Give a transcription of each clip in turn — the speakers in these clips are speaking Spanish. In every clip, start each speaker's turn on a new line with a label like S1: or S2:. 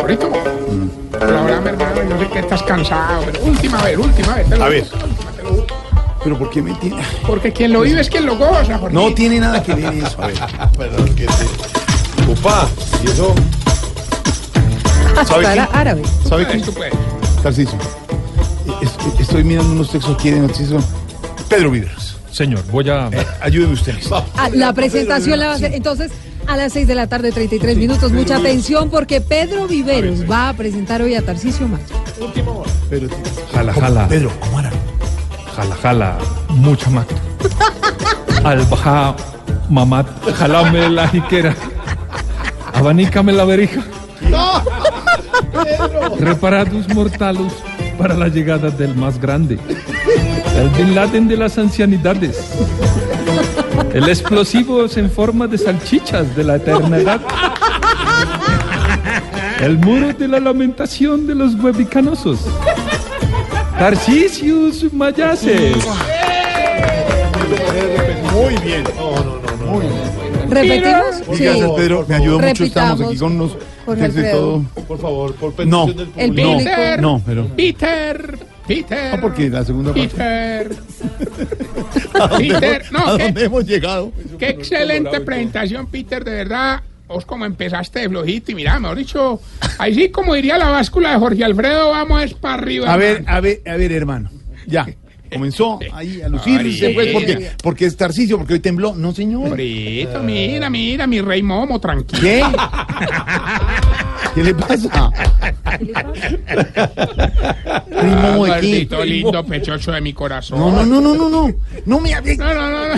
S1: Ahorita. Pero ahora, mi hermano, yo sé que estás cansado, pero última vez, última vez. te lo
S2: A ver.
S1: juro, última, te lo juro.
S3: Pero ¿por qué me tiene?
S1: Porque quien lo vive es quien lo goza, Jorge.
S3: No tiene nada que ver eso.
S2: Perdón, que sí. Upa, y eso. ¿Sabe
S4: Hasta era
S2: qué?
S4: árabe. Ah,
S2: ¿Sabe
S1: Puedes,
S2: qué?
S1: tú puedes.
S3: Tarciso. Estoy mirando unos textos aquí de noticias. Pedro Viveros,
S5: Señor, voy a.
S3: ayúdeme ustedes.
S4: Ah, la presentación la va a hacer. Entonces, a las 6 de la tarde, 33 minutos. Mucha atención porque Pedro Viveros va a presentar hoy a Tarcisio Maya.
S3: Pero,
S5: Jala, jala.
S3: Pedro, ¿cómo era?
S5: Jala, jala. Mucha maca. Albaja, mamá, jalame la jiquera. Abanícame la verija. Reparados mortalos para la llegada del más grande. El Bin Laden de las ancianidades. El explosivo es en forma de salchichas de la eternidad. El muro de la lamentación de los huevicanosos. Tarcisius Mayaces.
S2: Muy bien. No, no, no, no.
S4: ¿Repetimos?
S3: Mil gracias, Pedro. Me ayudó mucho. Estamos
S4: Repitamos,
S3: aquí con unos textos
S4: Jorge
S3: y
S4: Alfredo.
S3: todo.
S2: Por favor, por
S3: No.
S2: petición del
S4: El
S2: público.
S4: público.
S1: Peter,
S3: No, pero.
S1: Peter, Peter.
S3: Ah, porque la segunda parte.
S1: Peter.
S3: ¿A dónde
S1: Peter,
S3: hemos-
S1: no,
S3: ¿A
S1: ¿qué?
S3: dónde hemos llegado?
S1: Qué excelente presentación, Peter, de verdad. Vos como empezaste de flojito y mirá, mejor dicho, ahí sí como diría la báscula de Jorge Alfredo, vamos es para arriba.
S3: A ver,
S1: hermano.
S3: a ver, a ver, hermano. Ya. Comenzó ahí a lucirse,
S1: Ay,
S3: pues,
S1: sí.
S3: porque, porque es Tarcicio, porque hoy tembló. No, señor.
S1: Hombrito, mira, mira, mi rey momo, tranquilo.
S3: ¿Qué? ¿Qué le pasa? Primo de qué?
S1: Ah, Gordito lindo, pechocho de mi corazón.
S3: No, no, no, no, no, no. No me hables.
S1: No, no, no, no.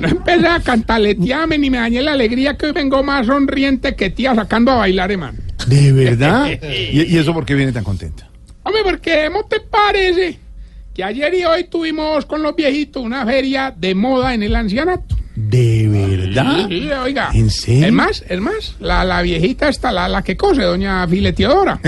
S1: No empecé a cantaletearme ni me dañé la alegría que hoy vengo más sonriente que tía sacando a bailar, hermano.
S3: ¿De verdad? ¿Y, y eso por qué viene tan contenta?
S1: Hombre, porque ¿cómo te parece que ayer y hoy tuvimos con los viejitos una feria de moda en el ancianato?
S3: ¿De verdad?
S1: Sí, oiga.
S3: ¿En serio?
S1: Es más, es más, la, la viejita está, la, la que cose, doña Fileteadora.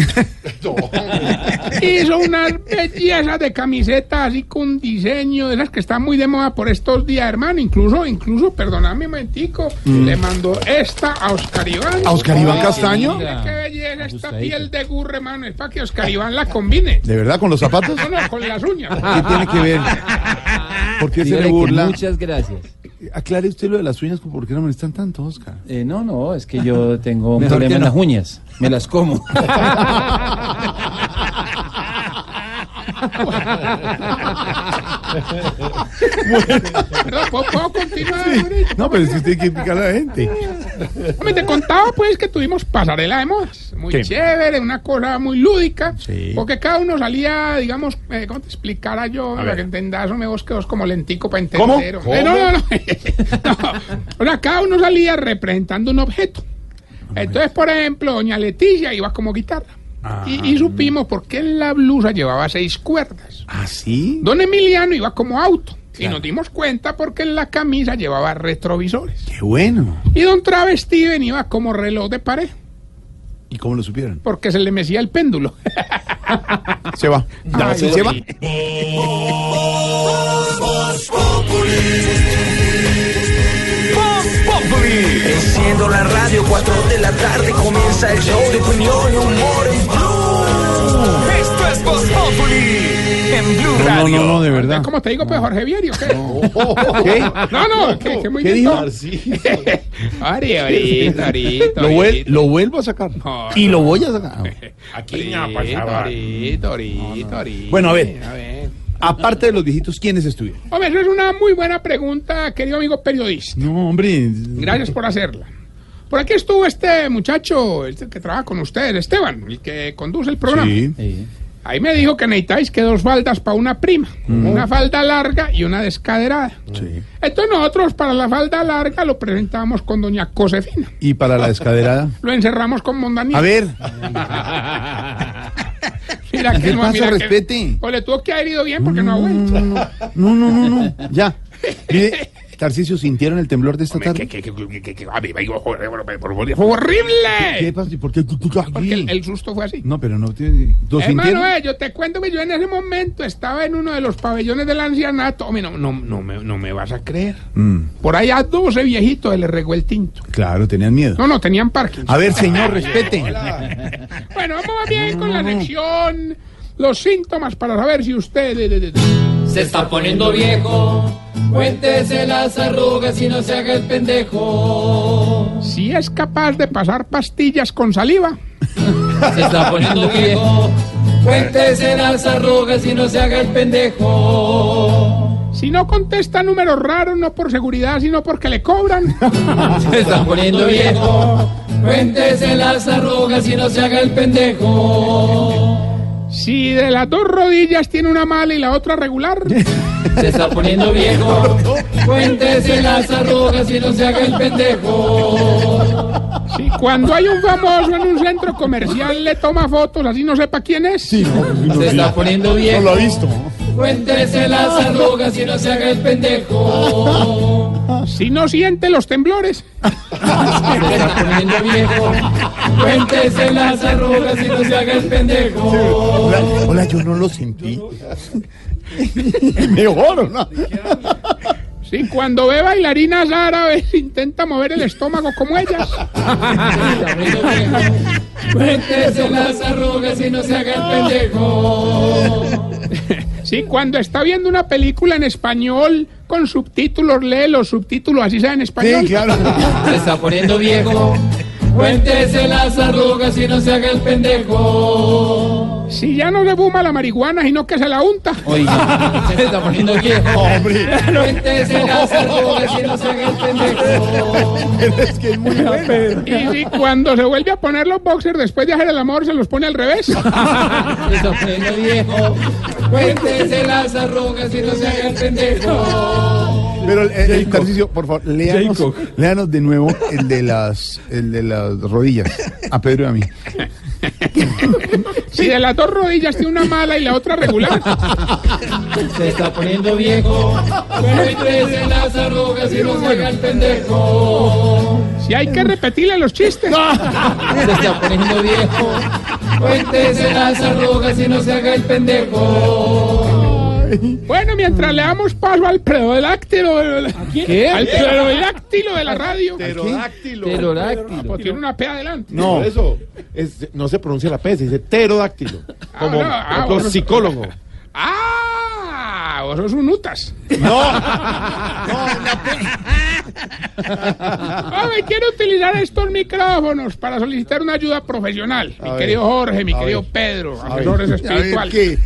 S1: Hizo unas bellezas de camisetas así con diseño, de las que están muy de moda por estos días, hermano. Incluso, incluso, perdóname un momentico, le mandó esta a Oscar Iván.
S3: Mm. ¿A Oscar Iván Castaño?
S1: Mira qué belleza esta piel de gurre, hermano. Es para que Oscar Iván la combine.
S3: ¿De verdad con los zapatos?
S1: No, no, con las uñas.
S3: ¿Qué tiene que ver? ¿Por qué se
S6: Dígale
S3: le
S6: que
S3: burla?
S6: Muchas gracias.
S3: Aclare usted lo de las uñas, ¿por qué no molestan tanto, Oscar?
S6: Eh, no, no, es que yo tengo un
S3: Mejor que
S6: problema en
S3: no.
S6: las uñas. Me las como.
S1: Perdón, ¿puedo, puedo continuar, Mauricio?
S3: No, pero si usted tiene que explicar a la gente.
S1: Hombre, te contaba pues que tuvimos pasarela de modas, muy
S3: Sí.
S1: chévere, una cosa muy lúdica,
S3: Sí.
S1: porque cada uno salía, digamos, eh, ¿cómo te explicara yo? Para
S3: ver.
S1: que entendas, me vos que vos como lentico para entender.
S3: ¿Cómo?
S1: hombre. Eh, no, no, no. No. O sea, cada uno salía representando un objeto. Entonces, por ejemplo, doña Leticia iba como guitarra. Y, y supimos por qué en la blusa llevaba seis cuerdas.
S3: ¿Ah, sí?
S1: Don Emiliano iba como auto. Y
S3: Claro.
S1: nos dimos cuenta porque en la camisa llevaba retrovisores.
S3: ¡Qué bueno!
S1: Y don Travestiven iba como reloj de pared,
S3: ¿Y cómo lo supieron?
S1: porque se le mecía el péndulo. Ah,
S3: Se va. Ya, sí, se va.
S7: Enciendo la radio, 4 de la tarde comienza el show de opinión y humor en Blue. Esto es Voz Populi en Blue
S3: No, no, no, de verdad.
S1: ¿Cómo te digo, pues, Jorge Vierio? ¿Qué?
S3: ¿Qué?
S1: No, no, que, que muy
S3: ¿Qué
S1: bien.
S3: dijo?
S1: todo. Ori, ahorita, ahorita.
S3: Lo, vuel-
S1: ahorita.
S3: lo vuelvo a sacar.
S1: No.
S3: Y lo voy a sacar.
S1: Aquí no, por favor. Ahorita, ahorita, ahorita.
S3: Bueno, a ver.
S1: A ver.
S3: Aparte de los viejitos, ¿quiénes estuvieron?
S1: Hombre, eso es una muy buena pregunta, querido amigo periodista.
S3: No, hombre.
S1: Gracias por hacerla. Por aquí estuvo este muchacho, este que trabaja con ustedes, Esteban, el que conduce el programa.
S3: Sí.
S6: Sí.
S1: Ahí me dijo que necesitáis que dos faldas para una prima, una falda larga y una descaderada.
S3: Mm. sí.
S1: Entonces nosotros para la falda larga lo presentamos con doña Josefina.
S3: ¿Y para la descaderada?
S1: Lo encerramos con Mondaniel.
S3: A ver.
S1: mira
S3: ¿qué
S1: no,
S3: pasa?
S1: mira
S3: Respete. Mm,
S1: O le tuvo que haber ido bien porque no ha vuelto.
S3: No, no, no, no. Ya. Mire, Tarcisio, ¿sintieron el temblor de esta
S1: Que-
S3: tarde?
S1: que- que- que- que- que- a mí me dijo, joder, eh, bueno, pero- pero- pero- ¡Fue horrible!
S3: ¿Qué pasa? ¿Y ¿Por qué tú- tú- tú-
S1: Porque el,
S3: aquí?
S1: el susto fue así.
S3: No, pero no tiene. ¿Lo
S1: Hermano,
S3: sintieron?
S1: eh, yo te cuento que yo en ese momento estaba en uno de los pabellones del ancianato. Hombre, no, no, no, me, no me vas a creer.
S3: Mm,
S1: Por ahí a 12 viejitos les regó el tinto.
S3: claro, tenían miedo.
S1: No, no, tenían parking.
S3: A ver, señor, respete.
S1: Bueno, vamos más bien con la sección. Los síntomas para saber si usted. de- de- de- de-
S8: Se está poniendo viejo. Cuéntese las arrugas y no se haga el pendejo.
S1: Si es capaz de pasar pastillas con saliva.
S8: Se está poniendo viejo. Cuéntese las arrugas y no se haga el pendejo.
S1: Si no contesta números raros, no por seguridad, sino porque le cobran.
S8: Se está poniendo viejo. Cuéntese las arrugas y no se haga el pendejo.
S1: Si de las dos rodillas tiene una mala y la otra regular.
S8: Se está poniendo viejo. Cuéntese las arrugas y no se haga el pendejo.
S1: Si cuando hay un famoso en un centro comercial le toma fotos, así no sepa quién es.
S3: Sí, no, pues, uno
S8: Se
S3: sí.
S8: está poniendo
S3: No lo ha
S8: viejo.
S3: visto.
S8: Cuéntese las arrugas y no se haga el pendejo.
S1: Si no siente los temblores.
S8: Se está poniendo viejo. Cuéntese las arrugas y no se haga el pendejo.
S3: Hola, hola, yo no lo sentí. Mejor, ¿no?
S1: Si cuando ve bailarinas árabes intenta mover el estómago como ellas.
S5: Ah,
S8: Cuéntese las arrugas y no se haga el pendejo.
S1: Si cuando está viendo una película en español con subtítulos, lee los subtítulos, así sea en español.
S3: Sí, claro.
S8: Se está poniendo viejo. Cuéntese las arrugas y no se haga el pendejo.
S1: Si ya no se fuma la marihuana, sino que se la unta.
S8: Se está poniendo viejo. Cuéntese las arrugas y no se haga el pendejo.
S3: Es que es muy bueno.
S1: Y si cuando se vuelve a poner los boxers después de hacer el amor, se los pone al revés.
S8: Se está poniendo viejo. Cuéntese las arrugas y no se haga el pendejo.
S3: Pero el, el Tarcisio, por favor, léanos,
S5: Jacob.
S3: léanos de nuevo el de las el de las rodillas a Pedro y a mí.
S1: Si de las dos rodillas tiene una mala y la otra regular.
S8: Se está poniendo viejo. Cuéntese las arrugas y no se haga el pendejo.
S1: Si hay que repetirle los chistes.
S8: Se está poniendo viejo. Cuéntese las arrugas y no se haga el pendejo.
S1: Bueno, mientras le damos paso al pterodáctilo. ¿Qué? Al pterodáctilo de la radio.
S2: Pterodáctilo.
S1: Pues tiene una P adelante.
S2: No, eso es- no se pronuncia la P, se dice pterodáctilo.
S1: Ah,
S2: Como
S1: no, ah,
S2: otro
S1: bueno.
S2: psicólogo.
S1: ¡Ah! Vos sos un utas. Hombre, quiero utilizar estos micrófonos para solicitar una ayuda profesional. Mi
S3: ver.
S1: querido Jorge, mi querido Pedro, asesores espirituales.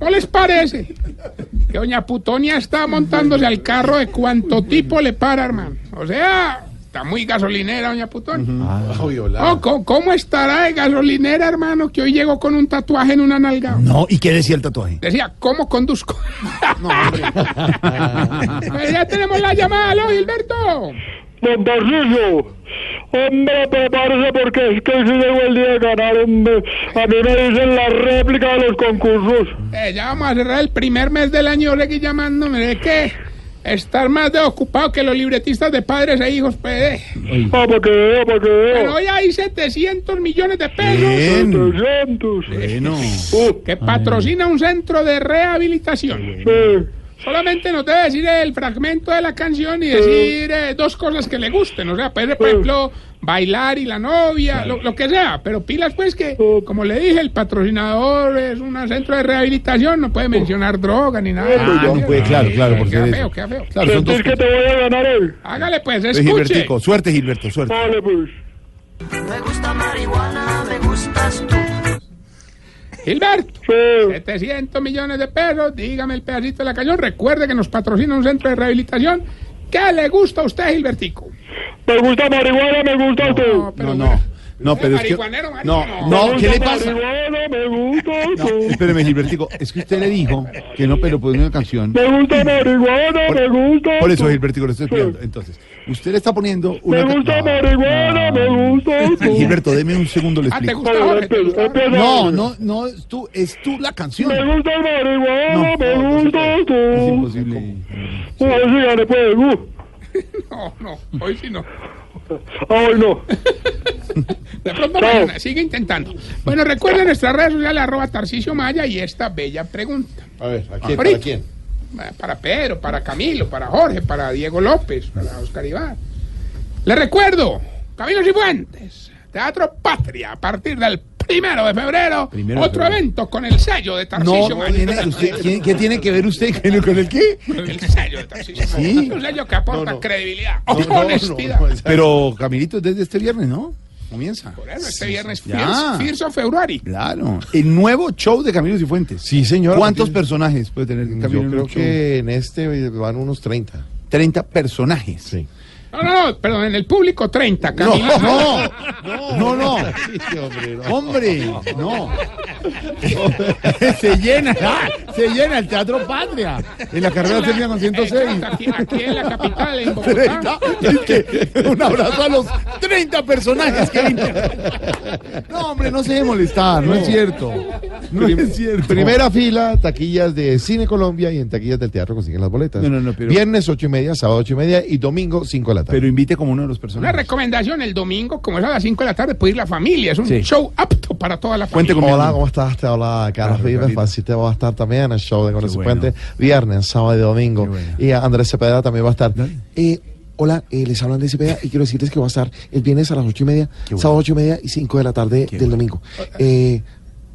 S1: ¿No les parece que doña Putonia está montándose al carro de cuánto tipo le para, hermano? O sea, está muy gasolinera, doña Putonia.
S2: Ah, Obvio, la-
S1: Oh, ¿cómo, cómo estará de gasolinera, hermano, que hoy llegó con un tatuaje en una nalga?
S3: No, ¿y qué decía el tatuaje?
S1: Decía, ¿cómo conduzco? Pues ya tenemos la llamada, ¿no, Gilberto?
S9: Don Tarcillo, hombre, prepárese porque es que si llegó el día de ganar, hombre. A mí me dicen la réplica de los concursos.
S1: Eh, ya vamos a cerrar el primer mes del año, aquí llamándome. ¿De qué? Estar más desocupado que los libretistas de padres e hijos, pues. eh.
S9: Ah, para que vea, para que vea.
S1: Pero hoy hay 700 millones de pesos
S3: Bien.
S9: 300.
S3: Bueno.
S9: Uh,
S1: que patrocina un centro de rehabilitación.
S9: eh,
S1: Solamente nos debe decir el fragmento de la canción y decir eh, dos cosas que le gusten. O sea, puede ser, por ejemplo, bailar y la novia, lo, lo que sea. Pero pilas, pues, que, como le dije, el patrocinador es un centro de rehabilitación, no puede mencionar droga ni nada.
S9: Ah,
S1: Así,
S3: no puede, claro, claro, porque
S1: Queda
S3: es-
S1: feo, queda feo.
S3: Claro, son dos
S9: ¿Sentís que te voy a ganar hoy?
S1: Hágale, pues,
S3: cosas.
S1: escuche.
S3: Gilbertico, suerte, Gilberto, suerte.
S9: Vale, pues.
S1: Gilberto,
S9: Sí,
S1: 700 millones de pesos, dígame el pedacito de la canción. Recuerde que nos patrocina un centro de rehabilitación. ¿Qué le gusta a usted, Gilbertico?
S9: me gusta marihuana, me gusta
S1: No,
S9: usted.
S1: pero
S3: No, no. No, pero es que.
S1: marihuanero,
S3: No,
S1: marihuano.
S3: no, ¿qué
S9: Me
S3: le pasa?
S9: gusta marihuana, me gusta,
S3: No, espéreme, Gilbertico, es que usted le dijo que no, pero pone una canción.
S9: me gusta marihuana, me gusta.
S3: Por eso, Gilbertico, lo estoy explicando. Entonces, usted le está poniendo
S9: Me
S3: una
S9: gusta
S3: canción.
S9: marihuana, me gusta.
S3: Gilberto, deme un segundo, le
S1: Ah, ¿te
S3: explico.
S1: gusta Jorge? ¿Te gusta Jorge?
S3: No, no, no, es tú, es tú la canción.
S9: Me gusta el
S3: No,
S9: marihuana, me
S3: no, no se
S9: gusta.
S3: puede. Es
S9: tú.
S3: imposible.
S9: Ay, sígale, pues. uh.
S1: No, no, hoy sí no.
S8: Ah,
S9: Ay, no.
S1: De pronto mañana, sigue intentando. Bueno, recuerden nuestras redes sociales, arroba Tarcicio Maya y esta bella pregunta.
S2: A ver, ¿a quién?
S1: Ahorita.
S2: ¿Para quién?
S1: Eh, Para Pedro, para Camilo, para Jorge, para Diego López, para Oscar Iván. Les recuerdo, Camilo Cifuentes, Teatro Patria, a partir del primero de febrero,
S3: Primero de
S1: otro
S3: febrero.
S1: evento con el sello de Tarcicio
S3: No,
S1: Maya.
S3: tiene- usted- ¿quién- ¿qué tiene que ver usted con el- con el qué?
S1: El sello de Tarcicio Maya.
S3: Sí.
S1: Es un sello que aporta
S2: No, no.
S1: credibilidad,
S2: No, no, no,
S1: honestidad.
S2: no, es-
S3: Pero Camilito, desde este viernes, ¿no? Comienza.
S1: Por eso, este viernes,
S3: Ya.
S1: First of February.
S3: Claro. El nuevo show de Camilo Cifuentes.
S2: Sí, señor.
S3: ¿Cuántos personajes puede tener
S2: Yo
S3: Camilo en un
S2: creo
S3: show?
S2: que en este van unos 30.
S3: 30 personajes.
S2: Sí.
S1: No, no, no, perdón, en el público 30,
S3: No,
S1: Camilo.
S3: no, no, no.
S2: Sí, hombre, no.
S3: Hombre, no. se llena, ah, se llena el Teatro Patria. En la carrera termina con 106.
S1: Exacto, Aquí, aquí en la capital, en Bogotá.
S3: 30. Es que, un abrazo a los 30 personajes que vinieron. No, hombre, no se debe molestar, no, es cierto. No
S2: Prim-
S3: es cierto.
S2: Primera fila, taquillas de Cine Colombia y en taquillas del teatro consiguen las boletas.
S3: No, no, no, pero-
S2: Viernes ocho y media, sábado ocho y media y domingo 5 de la tarde.
S3: Pero invite como uno de los
S1: Una
S3: personajes.
S1: recomendación el domingo, como es a las 5 de la tarde, puede ir la familia. Es un show apto para toda la
S3: Cuente
S1: familia.
S3: conmigo.
S2: Hola, ¿cómo estás? Te habla Carlos
S3: Carlos
S2: Rivas.
S3: Rivas.
S2: Así te va a estar también en el show de Con
S3: Qué bueno.
S2: Puente. Viernes, sábado y domingo.
S3: Qué bueno.
S2: Y Andrés Cepeda también va a estar.
S3: Dale.
S2: Eh, hola, eh, les habla Andrés Cepeda y quiero decirles que va a estar el viernes a las ocho y media,
S3: bueno.
S2: sábado ocho y media y 5 de la tarde
S3: Qué
S2: del domingo. Eh,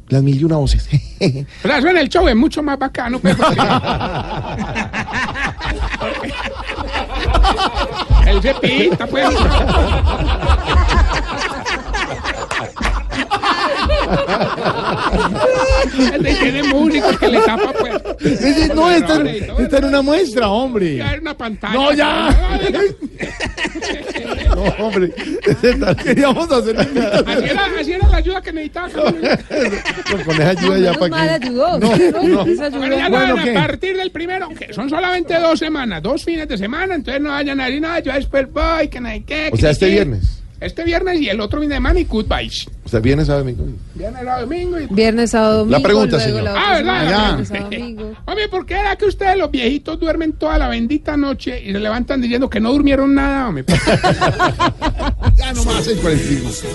S2: las mil y una voces.
S1: Pero eso en el show es mucho más bacano. pues, porque- el cepita, pues. El de Este tiene músicos que le tapa, pues.
S3: Ese no, este está, en-
S1: Errores y todo
S3: está en una muestra, hombre.
S1: Ya era una pantalla.
S3: No, ya. No, hombre. Queríamos hacer
S1: Así era, así era la ayuda que necesitaba. Camilo.
S2: Con esa ayuda ya
S4: Menos mal
S2: para que.
S4: ayudó.
S3: no.
S4: Esa ayudó.
S1: Bueno, ya
S3: Bueno,
S1: saben,
S3: ¿qué?
S1: a partir del primero, que son solamente dos semanas, dos fines de semana, entonces no vayan a decir, no, yo después voy, que no hay que.
S2: O
S1: que
S2: sea,
S1: ni
S2: este
S1: qué".
S2: viernes.
S1: Este viernes y el otro fin de semana y goodbye.
S2: O sea, viernes, sábado y domingo.
S1: Viernes, sábado, domingo y.
S4: Viernes, sábado, domingo.
S2: La pregunta,
S4: luego
S2: señor.
S4: la otra
S1: Ah, ¿verdad?
S4: semana,
S1: Ya.
S4: viernes, sábado, domingo.
S1: Hombre, ¿por qué era que ustedes los viejitos duermen toda la bendita noche y se levantan diciendo que no durmieron nada, hombre?
S3: ya nomás el 45.